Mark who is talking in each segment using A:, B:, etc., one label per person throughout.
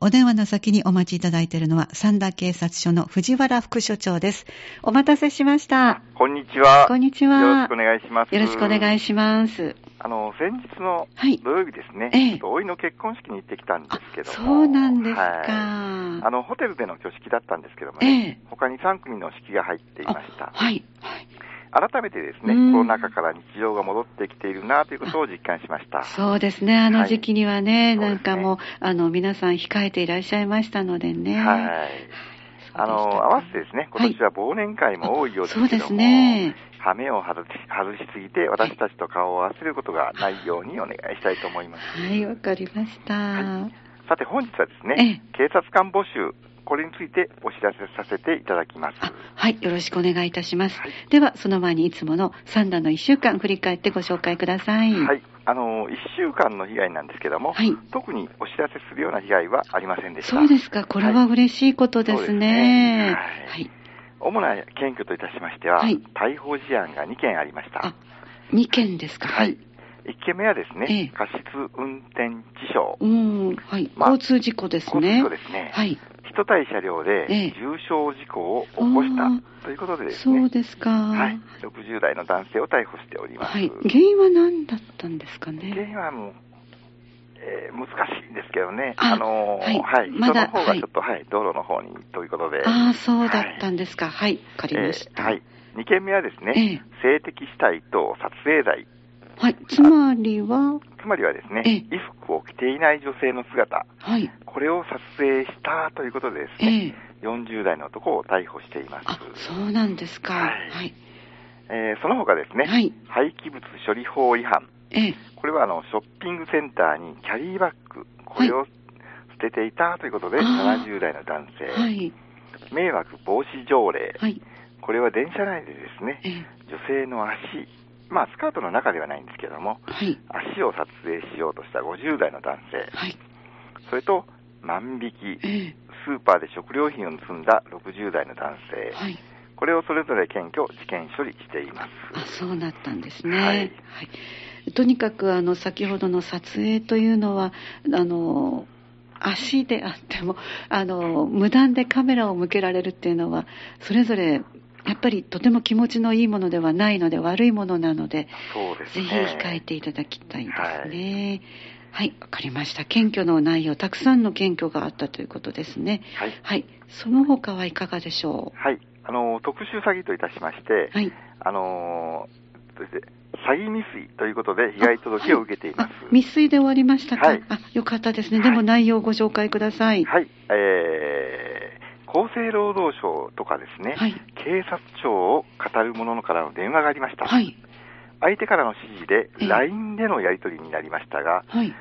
A: お電話の先にお待ちいただいているのは、三田警察署の藤原副署長です。お待たせしました。
B: こんにちは。
A: こんにちは。
B: よろしくお願いします。
A: よろしくお願い
B: し
A: します。
B: あの、先日の
A: はい。
B: 土曜日ですね、
A: ええ
B: ちょっとおいの結婚式に行ってきたんです
A: あ
B: け、ども。
A: そうなんですか。
B: はいあの、ホテルでの挙式だったんですけどもね、
A: ええ。
B: 他に3組の式が入っていました。
A: はい。はい
B: 改めてですね、
A: うん
B: コロナ禍から日常が戻ってきているなということを実感しました。
A: そうですね。あの
B: はい
A: 時期にはね、
B: そうです
A: な
B: ね
A: んかもう、あの、皆さん控えていらっしゃいましたのでね。い。
B: はい。あの、合わせて
A: て
B: ですね、今年は忘年会も多いようです
A: そう
B: け
A: で
B: ど
A: す
B: も、
A: ね。
B: 羽目を外し外しすぎて、私たちと顔を合わせることがないようにお願いしたいと思います。
A: はい、わかりました。
B: さて本日はですね、警察官募集、これについてお知らせさせていただきます。
A: あ、はい、よろしくお願いいたします。
B: はい
A: では、その前にいつもの三段の一週間振り返ってご紹介ください。
B: はい。あの、1週間の被害なんですけども、
A: はい
B: 特にお知らせするような被害はありませんでした。
A: そうですか、これは嬉しいことですね。
B: はいそうですねはい
A: はい。
B: 主な検挙といたしましては、
A: はい
B: 逮捕事案が2件ありました
A: あ。、二件ですか。
B: はい。1件目はですね、
A: ええ
B: 過失運転致傷。
A: うん、はい。
B: まあ
A: 交通事故です
B: この
A: ね。
B: 人ですね、
A: はい。
B: 人対車両で
A: ええ
B: 重傷事故を起こした
A: あー
B: ということでです
A: そう
B: ね、
A: ですか。
B: はい、60代の男性を逮捕しております。
A: はい。原因は何だったんですか
B: 原
A: ね。
B: 因はもう、えー難しいんですけどね、
A: あ
B: あのー
A: は
B: はいい
A: まだ
B: 人の方がちょっと、はい道路の方にということで、
A: ああ、そうだったんですか。はい。わ、かり
B: え
A: まし
B: ー
A: た。
B: はい、2件目はですね、
A: ええ
B: 性的死体と撮影罪、
A: はい。つまりは、
B: つまりはですね、
A: え
B: 衣服を着ていない女性の姿、
A: はい。
B: これを撮影したということでです
A: え
B: ね、
A: え
B: 40代の男を逮捕しています。
A: あ、そうなんですか。
B: はい
A: はい。
B: えーその他ですね、
A: はい
B: 廃棄物処理法違反、
A: ええ。
B: これはあのショッピングセンターにキャリーバッグ、これを捨てていたということで、
A: あー
B: 70代の男性、
A: はい。
B: 迷惑防止条例、
A: はい。
B: これは電車内でですね
A: え、え。
B: 女性の足、まあ、スカートの中ではないんですけども、
A: はい。
B: 足を撮影しようとした50代の男性、
A: はい。
B: それと万引き、
A: え
B: スーパーで食料品を盗んだ60代の男
A: え。
B: 性、
A: はい。
B: これをそれぞれ検挙、事件処理しています。
A: あ、そうなったんですね。は
B: はいい。
A: とにかく、あの、先ほどの撮影というのは、あの、足であっても、あの、無断でカメラを向けられるっていうのは、それぞれ、やっぱりとても気持ちのいいものではないので、悪いものなので、
B: そうです
A: ぜ
B: ね。
A: ひ控えていただきたいですね。はい、わ、かりました。検挙の内容、たくさんの検挙があったということですね。
B: はい。
A: はい、その他はいかがでしょ
B: はい。あの、特殊詐欺といたしまして
A: う。、はい、
B: あのーそして詐欺未遂ということで被害届を受けています
A: あ。未遂で終わりましたか。
B: はい
A: あ、よかったですね。でも内容をご紹介ください。
B: はい、えー、厚生労働省とかですね、
A: はい
B: 警察庁を語る者からの電話がありました。
A: はい、
B: 相手からの指示
A: ええ
B: で LINE でのやり取りになりましたが、
A: はい、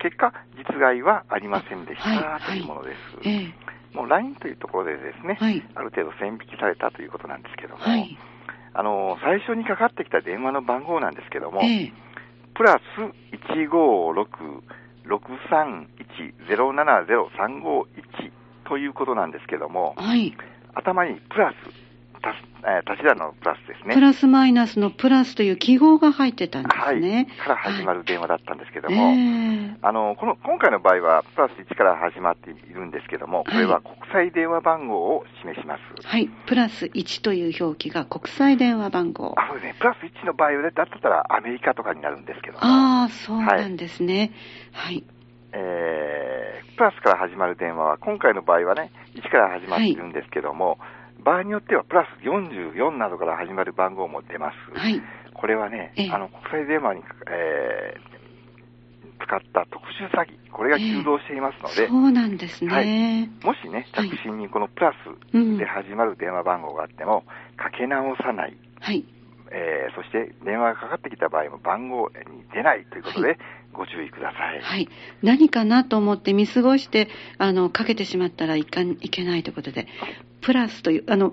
B: 結果、実害はありませんでし
A: はい
B: たというもので
A: え
B: す。
A: え、
B: もう LINE というところでですね、
A: はい、
B: ある程度線引きされたということなんですけども、
A: はい、
B: あのー最初にかかってきた電話の番号なんですけども、
A: ええ、
B: プラス15663107035ということなんですけども、
A: はい。
B: 頭にプラス、たすえー足し算のプラスですね。
A: プラスマイナスのプラスという記号が入ってたんで
B: は
A: す
B: い。
A: ね。
B: から始まる電話だったんですけど
A: え
B: も、
A: え
B: あの、この、今回の場合は、プラス1から始まっているんですけども、これは国際電話番号を示します。
A: はい、プラス1という表記が国際電話番号。
B: あ、そうですね。プラス1の場合はだったらアメリカとかになるんですけども、
A: ああ、そうなんですね。はい。
B: えープラスから始まる電話は、今回の場合はね、1から始まっているんですけども、場合によってはプラス44などから始まる番号も出ます。
A: はい。
B: これはね
A: ええ、
B: あの国際電話に、えー使った特殊詐欺、これが急増していますので、
A: そうなんですね。
B: もしね、
A: はい
B: 着信にこのプラス
A: うん。
B: で
A: は
B: 始まる電話番号があっても、かけ直さない、
A: い。
B: えーそして電話がかかってきた場合も番号に出ないということ
A: は
B: で、ご注意ください。
A: はい。何かなと思って見過ごして、あの、かけてしまったらいかんいけないということで、プラスという、あの、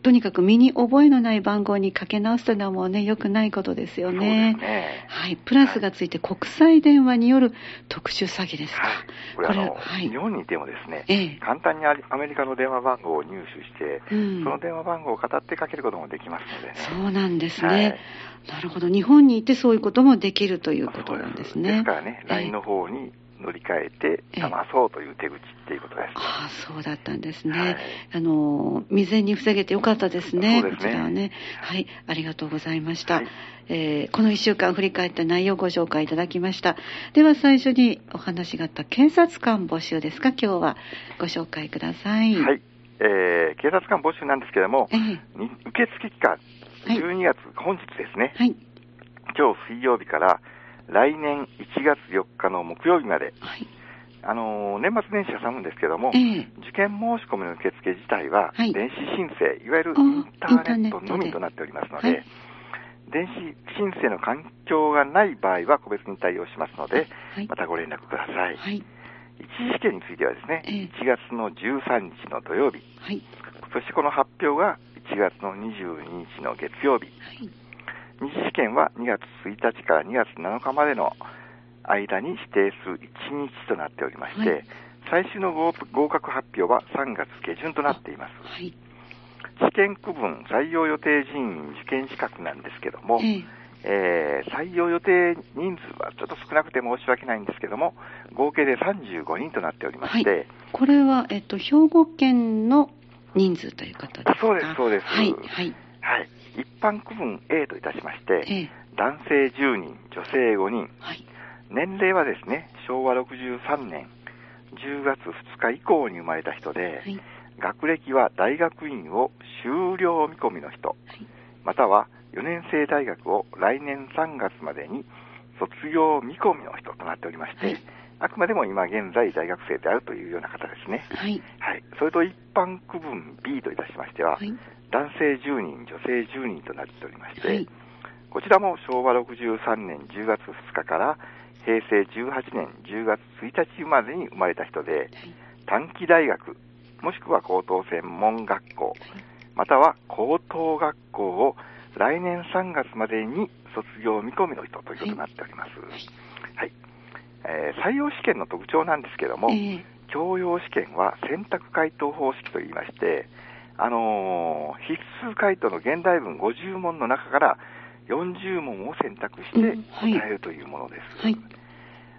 A: とにかく身に覚えのない番号にかけ直すというのはもうね、良くないことですよ
B: そうです
A: ね。
B: ね。
A: はい。プラスがついて国際電話による特殊詐欺ですか。
B: はい、これあの、
A: はい
B: 日。本にいてもですね、
A: ええ。
B: 簡単にアリアメリカの電話番号を入手して、
A: うん
B: その電話番号を語ってかけることもできますのでね。
A: そうなんです
B: は
A: ね
B: い。
A: なるほど。日本にいてそういうこともできるということ
B: そう
A: なんです
B: です
A: ね
B: か。らね、
A: ええ
B: LINE の方に乗り換えて騙そうという手口っていうことです。
A: ああ、そうだったんですね。はい、あの、未然に防げてよかったですね。
B: そうですね
A: こちらはね。はい、ありがとうございました。
B: はい
A: えーこの1週間振り返った内容をご紹介いただきました。では最初にお話があった警察官募集ですか、今日は。ご紹介ください。
B: はい。えー警察官募集なんですけれども
A: え、え
B: に受付期間、
A: はい
B: 12月、本日ですね、
A: はい。
B: 今日水曜日から来年1月4日の木曜日まで、
A: はい。
B: あのー年末年始挟むんですけども、
A: ええ
B: 受験申し込みの受付自体は、
A: はい
B: 電子申請、いわゆる
A: あ
B: インターネ
A: インターネッ
B: ッ
A: ト
B: ト
A: で
B: のみとなっておりますので、
A: はい
B: 電子申請の環境がない場合は個別に対応しますので、
A: はい
B: またご連絡ください。
A: はい。
B: 一次試験についてはですね、
A: ええ
B: 1月の13日の土曜日、
A: はい。
B: そしてこの発表が1月の22日の月曜日、
A: はい。
B: 二次試験は2月1日から2月7日までの間に指定する1日となっておりまして、
A: はい
B: 最終の合合格発表は3月下旬となっています。
A: はい。
B: 試験区分採用予定人員受験資格なんですけども、
A: ええ
B: えー採用予定人数はちょっと少なくて申し訳ないんですけども、合計で35人となっておりまして、
A: はこれは、えっと、兵庫県の人数ということですか
B: そうですそうです
A: はい。はい。
B: はい一般区分 A といたしまして、
A: ええ
B: 男性10人、女性5人、
A: はい。
B: 年齢はですね、昭和63年10月2日以降に生まれた人で、
A: はい。
B: 学歴は大学院を修了見込みの人、
A: はい。
B: または4年生大学を来年3月までに卒業見込みの人となっておりまして、
A: はい
B: あくまでも今現在大学生であるというような方ですね。
A: はい。
B: はい。それと一般区分 B といたしましては、
A: はい。
B: 男性10人、女性10人となっておりまして、
A: はい
B: こちらも昭和63年10月2日から平成18年10月1日までに生まれた人で、短期大学、もしくは高等専門学校、または高等学校を来年3月までに卒業見込みの人ということになっております。はい。えー採用試験の特徴なんですけども、
A: ええ
B: 教養試験は選択回答方式といいまして、あのー必須回答の現代文50問の中から40問を選択して
A: うんはい
B: 答えるというものです。
A: はい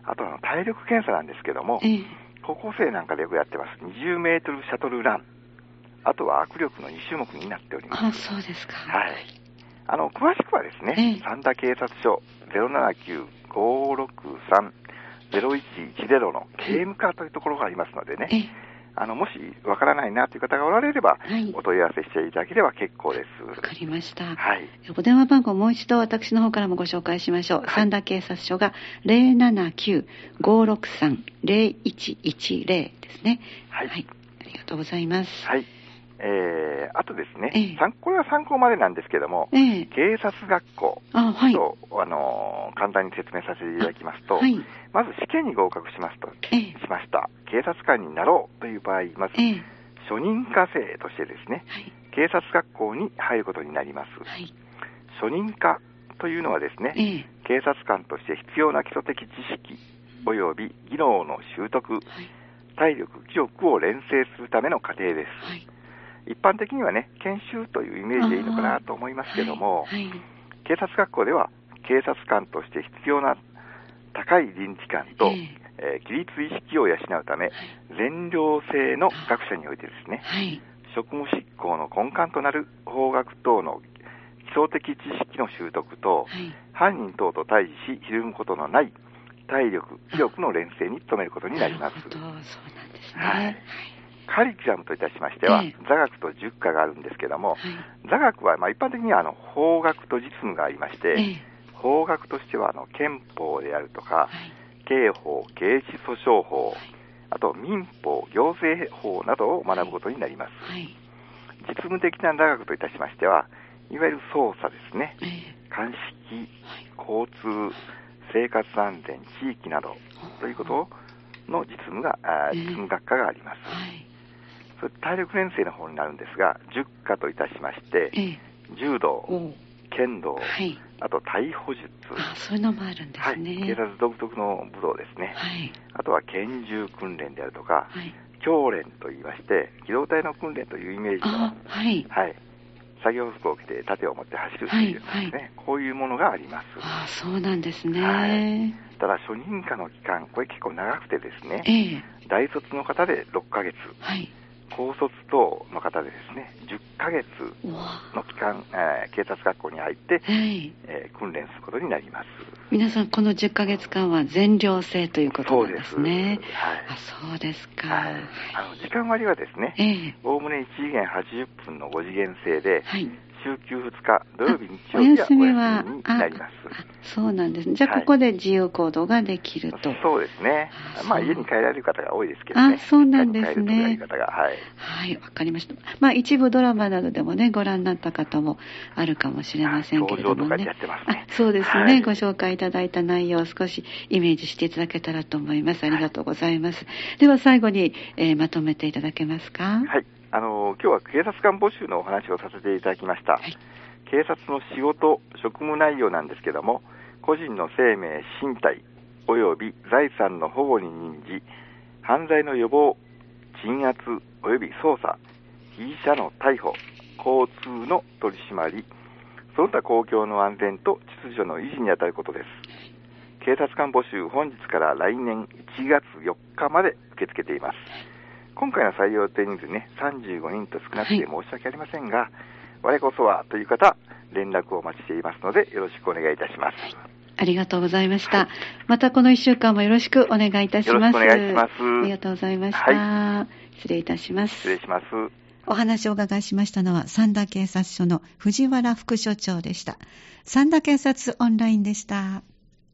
B: あとあの体力検査なんですけども、
A: ええ
B: 高校生なんかでよくやってます、20メートルシャトルラン、あとは握力の2種目になっております。
A: あ、そうですか。
B: はい。あの、詳しくはですね、
A: ええ
B: 三田警察署079-563-0110の刑務課というところがありますのでね、
A: ええ
B: あの、もしわからないなという方がおられれば、
A: はい
B: お問い合わせしていただければ結構です。
A: わかりました。
B: はい。
A: お電話番号をもう一度私の方からもご紹介しましょう。三田警察署が079-563-0110ですね。
B: はい
A: ありがとうございます。
B: はい。えー、あとですね、
A: ええ
B: 参これは参考までなんですけども、
A: ええ
B: 警察学校
A: あ、はい。
B: と、あのー簡単に説明させていただきますと、
A: はい。
B: まず試験に合格しますと、
A: え
B: し
A: え
B: ました。警察官になろうという場合、まず、
A: ええ
B: 初任科生としてですね、
A: はい。
B: 警察学校に入ることになります。
A: はい。
B: 初任科というのはですね、
A: ええ
B: 警察官として必要な基礎的知識及び技能の習得、
A: はい。
B: 体力、記憶を連成するための過程
A: は
B: で
A: い。
B: す。一般的にはね、研修というイメージでいいのかなと思いますけども、
A: はい。はい
B: 警察学校では警察官として必要な高い臨時感と、
A: え
B: えー規律意識を養うため、全寮制の学者においてですね、
A: はい。
B: 職務執行の根幹となる法学等の基礎的知識の習得と、
A: はい。
B: 犯人等と対峙し、ひるむことのない体力、気力の連成に努めることになります
A: る。ほど、そうなんですね。
B: はいカリキュラムといたしましては、
A: ええ
B: 座学と塾科があるんですけど
A: は
B: も、
A: い。
B: 座学はまあ一般的にはあの法学と実務がありまし
A: え
B: て、
A: え
B: 法学としてはあの憲法であるとか
A: は、い。
B: 刑法、刑事訴訟法、あと民法、行政法などを学ぶことになります。
A: はい。
B: 実務的な座学といたしましては、いわゆる捜査ですね、
A: ええ
B: 鑑識、交通、生活安全、地域などということの実務が、あ
A: え
B: ー
A: え
B: 実務学科があります。
A: はい。
B: それ体力連成の方になるんですが、10科といたしまして、
A: ええ
B: 柔道、
A: お
B: 剣道、
A: はい。
B: あと逮捕術、
A: あ、そういうのもあるんで
B: は
A: す
B: い、
A: ね。
B: 警察独特の武道ですね、
A: はい。
B: あとは拳銃訓練であるとか、
A: はい。
B: 教練といいまして、機動隊の訓練というイメージの
A: あ、はい。
B: はい。作業服を着て盾を持って走るという、ね
A: はいはい
B: こういうものがあります。
A: ああそうなんですね、
B: はいただ初任科の期間、これ結構長くてですね、
A: ええ
B: 大卒の方で6ヶ月、
A: はい
B: 高卒等の方でですね、10ヶ月
A: うわ
B: の期間、えー警察学校に入っ
A: は
B: て、
A: い
B: えー訓練することになります。
A: 皆さんこの10ヶ月間は全寮制ということなんですね
B: そうですはい
A: あそうですか、
B: はい、あの時間割はですね、
A: ええ
B: おおむね1次元80分の5次元制で、
A: はい
B: 週休2日、土曜日、日
A: あ
B: 曜
A: お
B: 日は
A: 休みは
B: お休みに
A: あ
B: なります。
A: あそうなんですねじゃあ
B: はい
A: ここで自由行動ができると、
B: そうですね
A: あ。
B: まあ、
A: そう
B: 家に帰られる方が多いですけどね。
A: あそうなんですね
B: 実家に帰るというやり方が、はい。
A: はい、わかりました。まあ一部ドラマなどでもね、ご覧になった方もあるかもしれませんけれども
B: は
A: ね。
B: い登場とかでやってますね
A: あそうですね、
B: はい
A: ご紹介いただいた内容を少しイメージしていただけたらと思います。ありがとうございます。では最後に、えーまとめていただけますか。
B: はい。あの、今日は警察官募集のお話をさせていただきました。
A: はい
B: 警察の仕事、職務内容なんですけども、個人の生命、身体、及び財産の保護に任じ、犯罪の予防、鎮圧、及び捜査、被疑者の逮捕、交通の取り締まり、その他公共の安全と秩序の維持にあたることです。警察官募集、本日から来年1月4日まで受け付けています。今回の採用定人数ね、35人と少なくて申し訳ありませんが、我こそはという方、連絡をお待ちしていますので、よろしくお願いいたします。
A: ありがとうございました。またこの一週間もよろしくお願いいたします。
B: よろしくお願いします
A: ありがとうございました。失礼いたします。
B: 失礼します。
C: お話をお伺いしましたのは、三田警察署の藤原副署長でした。三田警察オンラインでした。